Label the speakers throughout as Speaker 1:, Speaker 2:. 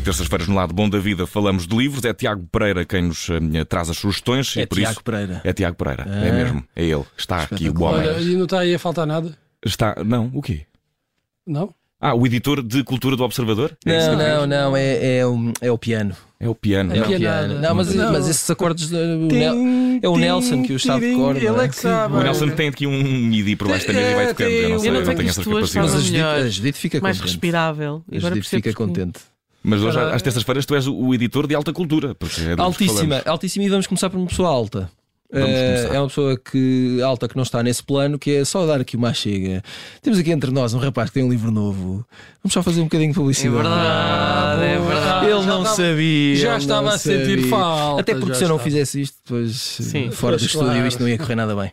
Speaker 1: terças-feiras, no lado Bom da Vida, falamos de livros. É Tiago Pereira quem nos eh, traz as sugestões.
Speaker 2: É
Speaker 1: e por
Speaker 2: Tiago
Speaker 1: isso,
Speaker 2: Pereira. Ah.
Speaker 1: É Tiago Pereira, é mesmo. É ele. Está aqui o homem.
Speaker 3: Olha, e não está aí a faltar nada?
Speaker 1: Está. Não, o quê?
Speaker 3: Não?
Speaker 1: Ah, o editor de cultura do Observador? É isso
Speaker 2: Não,
Speaker 1: que eu
Speaker 2: não,
Speaker 1: vejo.
Speaker 2: não, é, é, o, é o piano.
Speaker 1: É o piano.
Speaker 3: É
Speaker 2: É o
Speaker 3: piano.
Speaker 2: piano. Não, mas,
Speaker 3: Não.
Speaker 2: mas esses acordes. uh, o Nel- é o Nelson que os sabe de cor. não
Speaker 3: Ele
Speaker 2: é?
Speaker 3: é que sabe.
Speaker 1: O Nelson tem aqui um MIDI por baixo da mesa e vai
Speaker 3: É,
Speaker 1: tocando. Eu não
Speaker 3: tem-
Speaker 1: sei,
Speaker 3: eu não
Speaker 1: eu não
Speaker 3: tenho
Speaker 1: tenho
Speaker 3: isto
Speaker 1: essas capacidades.
Speaker 3: hoje,
Speaker 2: Mas a
Speaker 3: Faz
Speaker 2: Judite,
Speaker 3: melhor.
Speaker 2: a Judite fica
Speaker 4: mais
Speaker 2: contente.
Speaker 4: respirável.
Speaker 2: A
Speaker 4: Agora
Speaker 2: Judite
Speaker 4: percebo
Speaker 2: fica
Speaker 4: porque-
Speaker 2: contente.
Speaker 1: Mas hoje,
Speaker 3: Caralho.
Speaker 1: às terças-feiras, tu és o- o editor de alta cultura. Porque é do que
Speaker 2: Altíssima,
Speaker 1: falamos.
Speaker 2: altíssima, e vamos começar por uma pessoa alta.
Speaker 1: Vamos
Speaker 2: Eh,
Speaker 1: começar.
Speaker 2: é uma pessoa que, alta que não está nesse plano, que é só dar aqui uma chega. Temos aqui entre nós um rapaz que tem um livro novo. Vamos só fazer um bocadinho de
Speaker 4: É
Speaker 2: publicidade.
Speaker 4: verdade, é verdade.
Speaker 2: Ele
Speaker 3: Já
Speaker 2: não
Speaker 3: estava-
Speaker 2: sabia.
Speaker 3: já
Speaker 2: ele
Speaker 3: estava
Speaker 2: não
Speaker 3: a sentir
Speaker 2: sabia.
Speaker 3: falta,
Speaker 2: Até porque
Speaker 3: já
Speaker 2: se eu não
Speaker 3: estava.
Speaker 2: fizesse isto, depois
Speaker 4: Sim.
Speaker 2: fora do
Speaker 3: Pois,
Speaker 2: estúdio
Speaker 3: claro.
Speaker 2: isto não ia correr nada bem.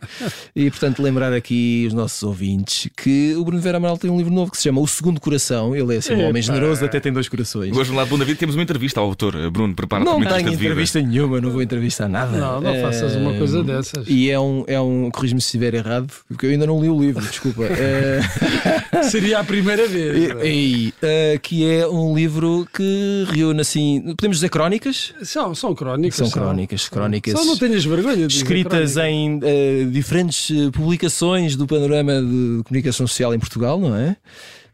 Speaker 2: E portanto, lembrar aqui os nossos ouvintes que o Bruno Vera Amaral tem um livro novo que se chama O Segundo Coração. Ele é assim, um homem generoso, até tem dois corações.
Speaker 1: Hoje, no lado Bom da Vida, temos uma entrevista ao autor. eh, Bruno, prepara-te
Speaker 2: Não
Speaker 1: uma
Speaker 2: tenho
Speaker 1: entrevista de vida.
Speaker 2: entrevista nenhuma, não vou entrevistar nada.
Speaker 3: Não, não
Speaker 2: Eh,
Speaker 3: faças uma coisa dessas.
Speaker 2: E é um, é um corrijo-me se estiver errado, porque eu ainda não li o livro, desculpa. Eh,
Speaker 3: Seria a primeira vez. não é?
Speaker 2: e- eh, que é um livro que reúne assim, podemos dizer crónicas?
Speaker 3: São, são crónicas.
Speaker 2: São crónicas, crónicas.
Speaker 3: Só não tenhas vergonha de dizer
Speaker 2: Escritas
Speaker 3: crónicas.
Speaker 2: em eh, diferentes eh, publicações do panorama de comunicação social em Portugal, não é?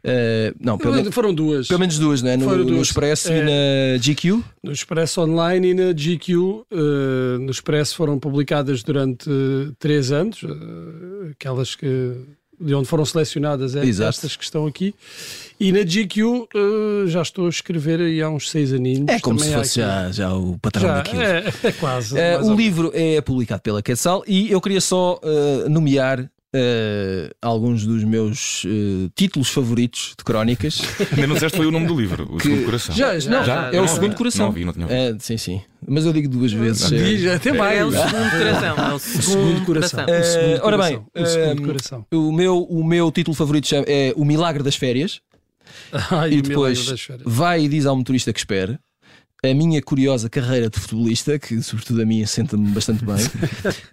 Speaker 2: Eh, não, pelo, men-
Speaker 3: Foram duas.
Speaker 2: pelo menos duas, não é? No,
Speaker 3: Foram
Speaker 2: no
Speaker 3: duas.
Speaker 2: Expresso
Speaker 3: Eh,
Speaker 2: e na GQ.
Speaker 3: No Expresso Online e na GQ. eh, no Expresso foram publicadas durante eh, três anos, eh, aquelas que. de onde foram selecionadas é,
Speaker 2: Exato.
Speaker 3: estas que estão aqui. E na GQ eh, já estou a escrever aí há uns seis aninhos.
Speaker 2: É como se
Speaker 3: também há
Speaker 2: fosse
Speaker 3: aqui-
Speaker 2: já, já o patrão
Speaker 3: Já,
Speaker 2: daquilo.
Speaker 3: é, é quase.
Speaker 2: Eh,
Speaker 3: mais ou
Speaker 2: o
Speaker 3: menos.
Speaker 2: livro é publicado pela Quetzal e eu queria só eh, nomear eh, alguns dos meus eh, títulos favoritos de crónicas.
Speaker 1: Ainda não disseste foi o nome do livro, O Segundo Coração.
Speaker 3: Já, já.
Speaker 2: Não,
Speaker 1: Já?
Speaker 2: é o
Speaker 1: Não,
Speaker 2: segundo
Speaker 1: não,
Speaker 2: coração.
Speaker 1: não vi, não tinha
Speaker 2: Eh, sim, sim. Mas eu digo duas vezes. eh,
Speaker 3: Diz, até
Speaker 4: É
Speaker 3: mais.
Speaker 4: o segundo coração. É o
Speaker 3: segundo
Speaker 4: segundo
Speaker 3: coração.
Speaker 4: coração.
Speaker 2: Eh,
Speaker 3: O segundo
Speaker 2: ora
Speaker 3: coração.
Speaker 2: bem,
Speaker 3: O segundo
Speaker 2: eh,
Speaker 3: coração.
Speaker 2: O meu, o meu título favorito chama- é O Milagre das Férias.
Speaker 3: Ai,
Speaker 2: e
Speaker 3: o milagre
Speaker 2: depois
Speaker 3: das férias.
Speaker 2: vai e diz ao motorista que espera. A minha curiosa carreira de futebolista, que sobretudo a minha senta-me bastante bem.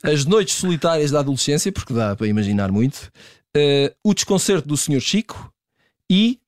Speaker 2: As noites solitárias da adolescência, porque dá para imaginar muito. eh, o desconcerto do Sr. Chico e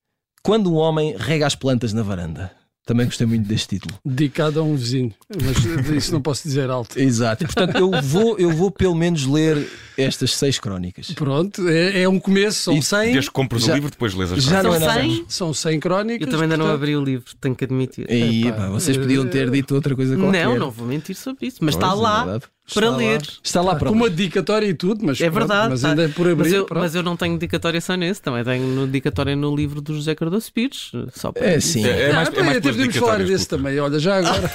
Speaker 2: Quando um homem rega as plantas na varanda. Também gostei muito deste título.
Speaker 3: Dedicado a um vizinho. Mas isso não posso dizer alto.
Speaker 2: Exato. E, portanto, eu vou, eu vou pelo menos ler estas seis crónicas.
Speaker 3: Pronto, é, é um começo. São
Speaker 2: E
Speaker 3: 100,
Speaker 1: Desde que compras
Speaker 2: Já-
Speaker 1: o livro, depois lês as
Speaker 2: já não
Speaker 4: São
Speaker 2: é nada.
Speaker 4: 100?
Speaker 3: são 100 crónicas.
Speaker 4: Eu também ainda não
Speaker 3: portanto,
Speaker 4: abri o livro, tenho que admitir.
Speaker 2: E,
Speaker 3: Epá,
Speaker 2: pá, vocês podiam ter dito outra coisa qualquer.
Speaker 4: Não, não vou mentir sobre isso, mas
Speaker 2: Pois,
Speaker 4: está
Speaker 2: é
Speaker 4: lá
Speaker 2: verdade.
Speaker 4: para
Speaker 2: Está lá.
Speaker 4: ler.
Speaker 2: Está lá para
Speaker 3: tá Com uma
Speaker 2: ler.
Speaker 3: dedicatória e tudo, mas,
Speaker 4: É
Speaker 3: pronto,
Speaker 4: verdade.
Speaker 3: mas
Speaker 4: tá.
Speaker 3: ainda é por abrir.
Speaker 4: mas, eu,
Speaker 3: pronto.
Speaker 4: mas eu não tenho dedicatória só nesse, também tenho no- dedicatória no livro do José Cardoso Pires. Só para
Speaker 2: É sim.
Speaker 1: É, é mais,
Speaker 3: Ah,
Speaker 1: é mais
Speaker 3: até
Speaker 1: pelas
Speaker 3: podemos falar
Speaker 1: dedicatórias,
Speaker 3: desse
Speaker 1: desculpa.
Speaker 3: também. Olha, já agora.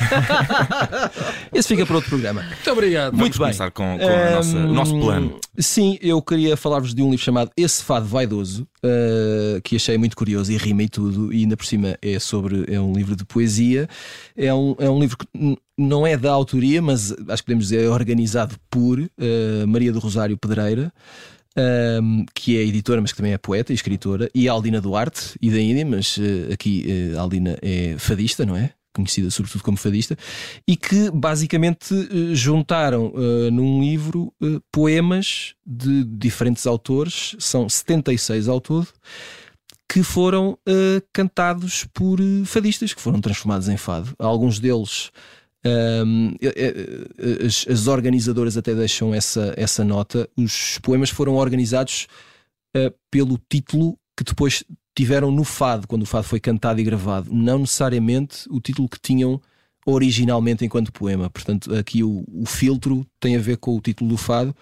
Speaker 2: Esse fica para outro programa.
Speaker 3: Muito obrigado.
Speaker 1: Vamos
Speaker 2: Muito bem.
Speaker 1: começar com, com a nossa- o nosso
Speaker 2: Hum,
Speaker 1: plano.
Speaker 2: Sim, eu queria falar-vos de um livro chamado Esse Fado Vaidoso, uh, que achei muito curioso e rima e tudo, e ainda por cima é sobre é um livro de poesia. É um, é um livro que n- não é da autoria, mas acho que podemos dizer é organizado por uh, Maria do Rosário Pedreira. um, que é editora, mas que também é poeta e escritora, e a Aldina Duarte, e da Índia, mas uh, aqui uh, a Aldina é fadista, não é? Conhecida sobretudo como fadista, e que basicamente eh, juntaram eh, num livro eh, poemas de diferentes autores, são 76 ao todo, que foram eh, cantados por eh, fadistas, que foram transformados em fado. Alguns deles. ahm, eh, eh, as, as organizadoras até deixam essa, essa nota. Os poemas foram organizados eh, pelo título que depois tiveram no fado, quando o fado foi cantado e gravado, não necessariamente o título que tinham originalmente enquanto poema. Portanto, aqui o, o filtro tem a ver com o título do fado.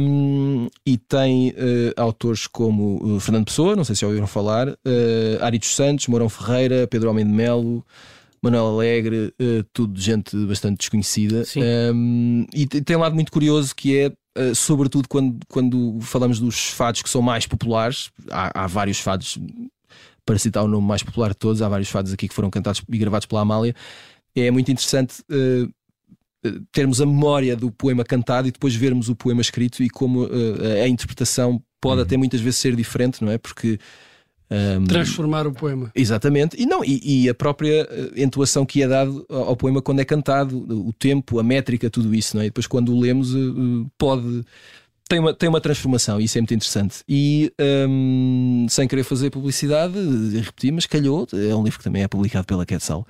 Speaker 2: Hum, e tem eh, autores como eh, Fernando Pessoa, não sei se já ouviram falar, eh, Ari dos Santos, Mourão Ferreira, Pedro Homem de Melo, Manuel Alegre, eh, tudo de gente bastante desconhecida.
Speaker 4: Sim.
Speaker 2: Hum, e te- tem um lado muito curioso que é, eh, sobretudo quando, quando falamos dos fados que são mais populares, há, há vários fados, para citar o nome mais popular de todos, há vários fados aqui que foram cantados e gravados pela Amália. É muito interessante eh, eh, termos a memória do poema cantado e depois vermos o poema escrito e como eh, a interpretação pode até muitas vezes ser diferente, não é? Porque. ehm,
Speaker 3: Transformar o poema.
Speaker 2: Exatamente, e não e, e a própria eh, entoação que é dado ao ao poema quando é cantado, o tempo, a métrica, tudo isso, não é? E depois quando o lemos eh, eh, pode tem uma, tem uma transformação e isso é muito interessante. E hum, sem querer fazer publicidade, eh, repeti, mas calhou, é um livro que também é publicado pela Quetzal.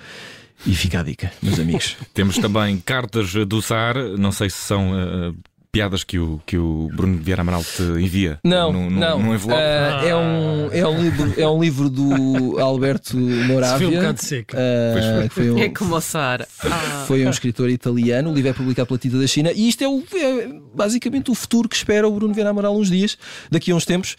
Speaker 2: E fica a dica, meus amigos.
Speaker 1: Temos também cartas do SAR, não sei se são eh, piadas que o, que o Bruno Vieira Amaral te envia
Speaker 2: Não,
Speaker 1: num, num-
Speaker 2: não.
Speaker 1: num envelope.
Speaker 2: Ah, é, um, é, um livro, é um livro do Alberto
Speaker 3: Se viu um
Speaker 2: Moravia.
Speaker 3: bocado seco.
Speaker 2: ah,
Speaker 1: Pois foi.
Speaker 2: que foi um,
Speaker 4: É como o Sara. Ah,
Speaker 2: foi um escritor italiano, o livro é publicado pela Tita da China, e isto é, o- é basicamente o futuro que espera o Bruno Vieira Amaral uns dias, daqui a uns tempos,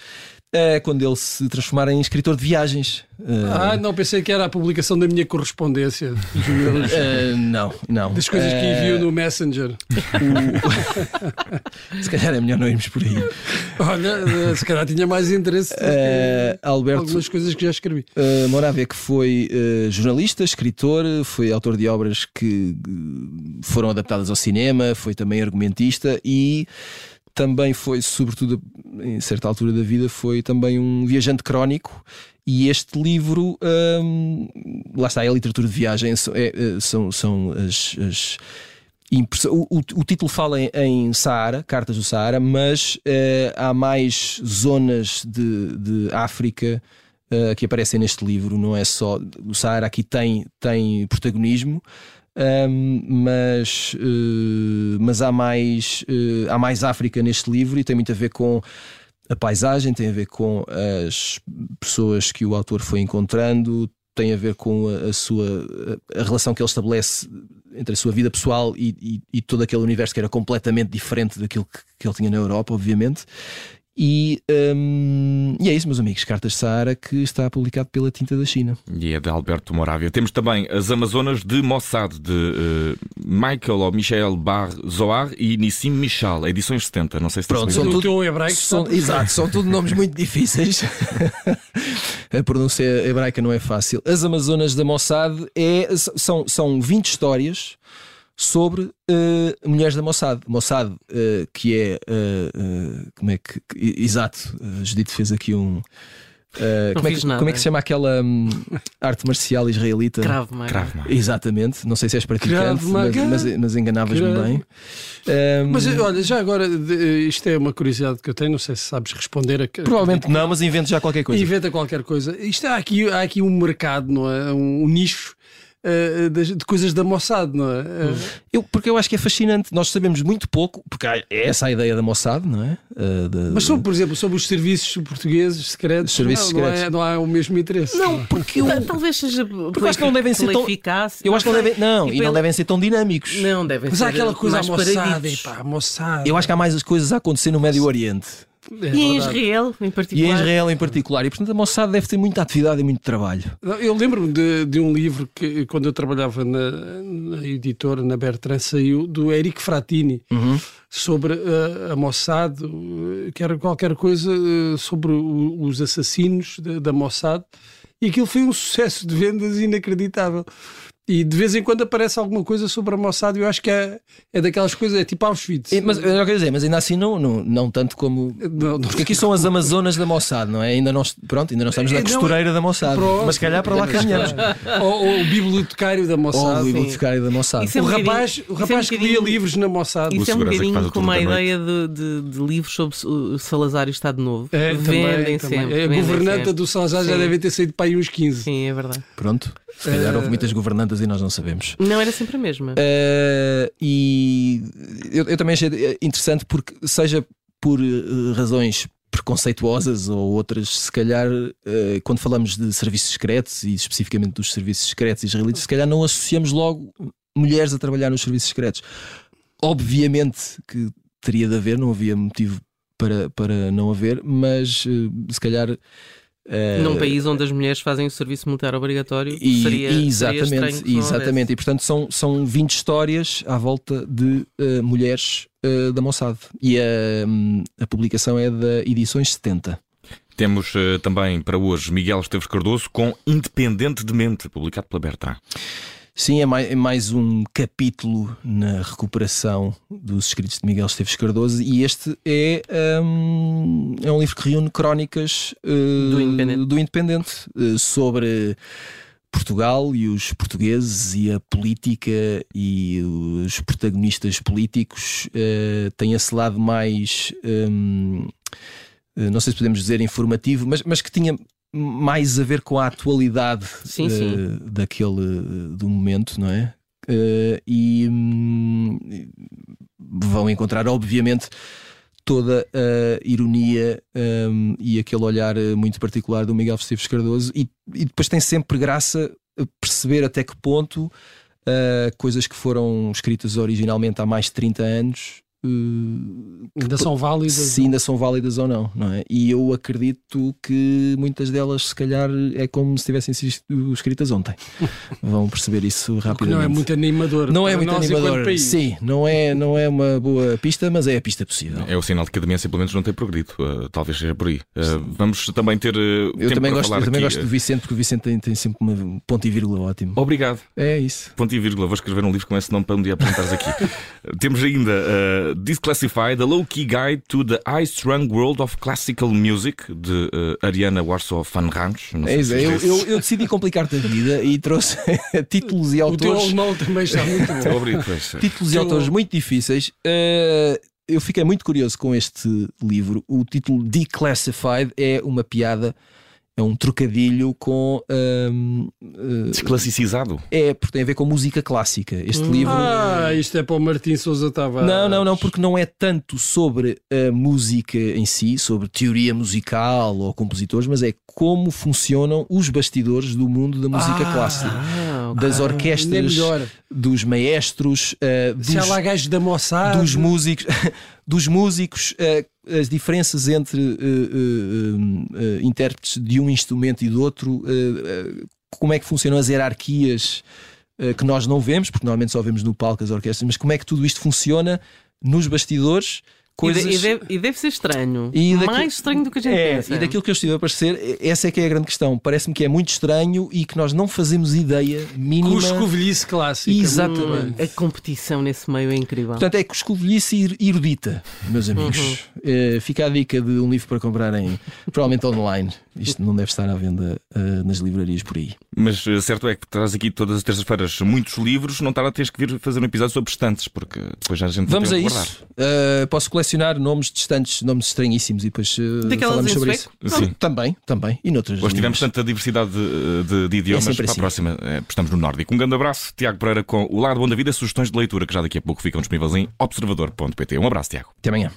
Speaker 2: eh, quando ele se transformar em escritor de viagens. Eh,
Speaker 3: Ah, não, pensei que era a publicação da minha correspondência, dos meus-
Speaker 2: eh, não, não.
Speaker 3: das coisas que
Speaker 2: Eh,
Speaker 3: envio no Messenger.
Speaker 2: o- se calhar é melhor não irmos por aí.
Speaker 3: Olha, eh, se calhar tinha mais interesse do que
Speaker 2: Eh, Alberto
Speaker 3: algumas coisas que já escrevi.
Speaker 2: Uh, Moravia, que foi uh, jornalista, escritor, foi autor de obras que uh, foram adaptadas ao cinema, foi também argumentista e também foi, sobretudo em certa altura da vida, foi também um viajante crónico. E este livro, um, lá está, é a literatura de viagem, so- é, uh, são, são as- as impress- O, o- o título fala em, em Saara, cartas do Saara, mas eh, há mais zonas de, de África eh, que aparecem neste livro, não é só. O Saara aqui tem, tem protagonismo. ahm, mas, eh, mas há mais eh, há mais África neste livro e tem muito a ver com a paisagem, tem a ver com as pessoas que o autor foi encontrando, tem a ver com a, a sua a, a relação que ele estabelece entre a sua vida pessoal e, e- e todo aquele universo que era completamente diferente daquilo que, que ele tinha na Europa, obviamente. E, hum, e é isso, meus amigos. Cartas de Saara que está publicado pela Tinta da China.
Speaker 1: E é de Alberto Moravia. Temos também as Amazonas de Mossad, de eh, Michael ou Michel Bar Zoar e Nissim Michal, edições 70. Não sei se
Speaker 2: Pronto,
Speaker 1: tens
Speaker 2: são
Speaker 1: lido.
Speaker 3: O
Speaker 2: tudo-
Speaker 3: teu hebraico
Speaker 2: São-
Speaker 3: sabe?
Speaker 2: exato, são tudo nomes muito difíceis. a pronúncia hebraica não é fácil. As Amazonas da Mossad é, são, são 20 histórias sobre eh, mulheres da Mossad. Mossad, eh, que é. eh, eh, como é que. que- exato, eh, Judite fez aqui um. eh,
Speaker 4: Não
Speaker 2: como, é
Speaker 4: fiz
Speaker 2: que,
Speaker 4: nada.
Speaker 2: como é que se chama aquela hum, arte marcial israelita?
Speaker 4: Cravo, mano.
Speaker 1: Krav Maga.
Speaker 2: Exatamente, não sei se és praticante,
Speaker 3: Krav Maga.
Speaker 2: mas, mas, mas enganavas-me
Speaker 3: Krav-
Speaker 2: bem. Hum, Ahm,
Speaker 3: Mas eh, olha, já agora, de- isto é uma curiosidade que eu tenho, não sei se sabes responder a que-
Speaker 2: provavelmente não, mas invento já qualquer coisa.
Speaker 3: Inventa qualquer coisa. Isto há aqui, há aqui um mercado, não é? Um, um nicho eh, das- de coisas da Mossad, não é? Eh,
Speaker 2: Eu- porque eu acho que é fascinante. Nós sabemos muito pouco, porque há- é essa a ideia da Mossad, não é? Ah, da-
Speaker 3: Mas sobre, por exemplo, sobre os serviços portugueses secretos,
Speaker 2: Serviços
Speaker 3: não, não
Speaker 2: secretos.
Speaker 3: é- não há o mesmo interesse.
Speaker 2: Não, porque eu,
Speaker 4: Tal- Talvez seja
Speaker 2: Porque eu acho que não devem ser tão-
Speaker 4: eficaz.
Speaker 2: eu acho que não devem, não, e não devem ser tão dinâmicos.
Speaker 4: Tipo, Não devem
Speaker 3: Mas
Speaker 4: ser
Speaker 3: há aquela coisa
Speaker 4: mais
Speaker 3: moçada,
Speaker 4: paraditos.
Speaker 3: pá, moçada.
Speaker 2: Eu acho que há mais as coisas a acontecer no Médio Oriente
Speaker 3: É
Speaker 4: E em
Speaker 3: verdade.
Speaker 4: Israel, em
Speaker 2: e em
Speaker 4: particular.
Speaker 2: Israel em particular. E portanto a Mossad deve ter muita atividade e muito trabalho.
Speaker 3: Não, Eu lembro-me de, de um livro que, quando eu trabalhava na, na editora, na Bertrand, saiu do Eric Fratini
Speaker 4: Uhum.
Speaker 3: sobre eh, a Mossad, eh, que era qualquer coisa eh, sobre o- os assassinos da, da Mossad, e aquilo foi um sucesso de vendas inacreditável. E de vez em quando aparece alguma coisa sobre a Mossad, e eu acho que é, é daquelas coisas, é tipo Auschwitz.
Speaker 2: E- mas eu não quero dizer, mas ainda assim não, não, não tanto como.
Speaker 3: Não, não-
Speaker 2: Porque aqui são as Amazonas da Mossad, não é? Ainda não, pronto, ainda não estamos na
Speaker 3: Não,
Speaker 2: costureira da Mossad.
Speaker 3: pronto.
Speaker 2: Mas se calhar para lá caminhamos.
Speaker 3: ou, ou o bibliotecário da
Speaker 2: Ou
Speaker 3: Mossad.
Speaker 2: o bibliotecário da Mossad.
Speaker 4: Oh, Isso é
Speaker 3: o
Speaker 4: um
Speaker 3: rapaz,
Speaker 4: bocadinho-
Speaker 3: o
Speaker 4: isso é um
Speaker 3: rapaz que lia
Speaker 4: bocadinho-
Speaker 3: livros na Mossad.
Speaker 4: Isso é um
Speaker 1: segurança que faz
Speaker 4: bocadinho
Speaker 1: o
Speaker 4: com
Speaker 1: turno
Speaker 4: uma
Speaker 1: da noite.
Speaker 4: ideia de, de, de livros sobre o Salazar e o Estado Novo.
Speaker 3: É, também,
Speaker 4: vendem
Speaker 3: também. É
Speaker 4: sempre.
Speaker 3: A
Speaker 4: vendem
Speaker 3: governanta
Speaker 4: sempre.
Speaker 3: do Salazar já
Speaker 4: Sim.
Speaker 3: deve ter saído para aí uns 15.
Speaker 4: Sim, é verdade.
Speaker 2: Pronto. Se calhar houve muitas governantas e nós não sabemos.
Speaker 4: Não era sempre a mesma.
Speaker 2: Eh, e eu, eu também achei eh, interessante porque, seja por eh, razões preconceituosas ou outras, se calhar, eh, quando falamos de serviços secretos e especificamente dos serviços secretos israelitas, se calhar não associamos logo mulheres a trabalhar nos serviços secretos. Obviamente que teria de haver, não havia motivo para, para não haver, mas eh, se calhar. eh,
Speaker 4: Num país onde as mulheres fazem o serviço militar obrigatório,
Speaker 2: e,
Speaker 4: seria,
Speaker 2: e
Speaker 4: seria
Speaker 2: exatamente,
Speaker 4: estranho que não houvesse.
Speaker 2: exatamente. E portanto são, são 20 histórias à volta de eh, mulheres eh, da Mossad. E a, hum, a publicação é da Edições 70.
Speaker 1: Temos eh, também para hoje Miguel Esteves Cardoso com Independente de Mente, publicado pela Bertrand.
Speaker 2: Sim, é mais, é mais um capítulo na recuperação dos escritos de Miguel Esteves Cardoso. E este é, hum, é um livro que reúne crónicas eh,
Speaker 4: Do Independente.
Speaker 2: do Independente, eh, sobre Portugal e os portugueses e a política e os protagonistas políticos eh, têm esse lado mais, hum, eh, não sei se podemos dizer informativo, mas, mas que tinha mais a ver com a atualidade
Speaker 4: Sim,
Speaker 2: eh,
Speaker 4: sim.
Speaker 2: daquele eh, do momento, não é? Eh, e hum, e vão encontrar, obviamente, toda a ironia hum, e aquele olhar eh, muito particular do Miguel Esteves Cardoso e, e depois tem sempre graça eh, perceber até que ponto ah, coisas que foram escritas originalmente há mais de 30 anos eh,
Speaker 3: Ainda são válidas. é?
Speaker 2: se ainda são válidas ou não, não é? E eu acredito que muitas delas, se calhar, é como se tivessem sido escritas ontem. Vão perceber isso
Speaker 3: que não
Speaker 2: rapidamente.
Speaker 3: é muito animador.
Speaker 2: Não é
Speaker 3: para
Speaker 2: muito
Speaker 3: nós enquanto
Speaker 2: animador.
Speaker 3: país.
Speaker 2: Sim, não é, não é uma boa pista, mas é a pista possível.
Speaker 1: É o sinal de que a demência, pelo menos, não tem progredido. Uh, talvez seja por aí. Uh, vamos também ter. uh,
Speaker 2: Eu
Speaker 1: tempo
Speaker 2: também,
Speaker 1: para
Speaker 2: gosto,
Speaker 1: falar
Speaker 2: eu também
Speaker 1: aqui. eh,
Speaker 2: gosto do Vicente, porque o Vicente tem, tem sempre uma um ponto e vírgula ótimo.
Speaker 1: Obrigado.
Speaker 2: É isso.
Speaker 1: Ponto e vírgula, vou escrever um livro com esse nome para um dia apresentares aqui. Temos ainda uh, Disclassified, A Low-Key Guide to the High-Strung World of Classical Music, de uh, Ariana Warsaw Van Ranch. Não sei
Speaker 2: É isso.
Speaker 1: se
Speaker 2: Eu,
Speaker 1: disse.
Speaker 2: eu- eu decidi complicar-te a vida e trouxe títulos e
Speaker 3: O teu
Speaker 2: autores.
Speaker 3: alemão também está muito
Speaker 1: Estou a
Speaker 3: bom.
Speaker 1: abrir, É pois.
Speaker 2: títulos e
Speaker 3: Teu-
Speaker 2: autores muito difíceis. Eh, eu fiquei muito curioso com este livro. O título Declassified é uma piada, é um trocadilho com. ahm, eh,
Speaker 1: Desclassicizado.
Speaker 2: é, porque tem a ver com música clássica. Este livro.
Speaker 3: Ah, isto é para o Martim Souza Tavares.
Speaker 2: Não, não, não, porque não é tanto sobre a música em si, sobre teoria musical ou compositores, mas é como funcionam os bastidores do mundo da música
Speaker 3: Ah,
Speaker 2: clássica.
Speaker 4: Ah, ok.
Speaker 2: Das
Speaker 3: Ainda é
Speaker 2: orquestras,
Speaker 3: melhor.
Speaker 2: dos maestros, eh, dos,
Speaker 3: Se é há lá gajos da moçada.
Speaker 2: dos músicos, dos músicos eh, as diferenças entre eh, eh, eh, eh, intérpretes de um instrumento e do outro, eh, eh, como é que funcionam as hierarquias eh, que nós não vemos, porque normalmente só vemos no palco as orquestras, mas como é que tudo isto funciona nos bastidores, coisas.
Speaker 4: E, de- e deve, e deve ser estranho.
Speaker 2: E daqui-
Speaker 4: Mais estranho do que a gente
Speaker 2: É,
Speaker 4: pensa.
Speaker 2: e daquilo que eu estive a parecer, eh, essa é que é a grande questão. Parece-me que é muito estranho e que nós não fazemos ideia
Speaker 3: Com
Speaker 2: mínima.
Speaker 3: escovilhice clássica.
Speaker 2: Exatamente.
Speaker 4: Hum, A competição nesse meio é incrível.
Speaker 2: Portanto, é cuscovelhice ir- erudita, meus
Speaker 4: Uhum.
Speaker 2: amigos. Eh, fica a dica de um livro para comprarem, provavelmente online. Isto não deve estar à venda eh, nas livrarias por aí.
Speaker 1: Mas uh, certo é que traz aqui todas as terças-feiras muitos livros, não estará a teres que vir fazer um episódio sobre estantes, porque depois já a gente vai
Speaker 2: Vamos
Speaker 1: ter
Speaker 2: a
Speaker 1: de guardar.
Speaker 2: isso. Eh, posso colecionar nomes distantes, nomes estranhíssimos e depois eh,
Speaker 4: Daquelas
Speaker 2: falamos
Speaker 4: em
Speaker 2: sobre isso.
Speaker 4: sueco?
Speaker 1: Sim.
Speaker 2: Também, também. E noutras
Speaker 1: Hoje tivemos
Speaker 2: línguas.
Speaker 1: tanta diversidade de, de- de idiomas.
Speaker 2: sempre
Speaker 1: Para a
Speaker 2: assim.
Speaker 1: próxima, eh, estamos no Nórdico. Um grande abraço, Tiago Pereira, com o Lado Bom da Vida, sugestões de leitura que já daqui a pouco Um ficam disponíveis em observador.pt. Um abraço, Tiago.
Speaker 2: Até amanhã.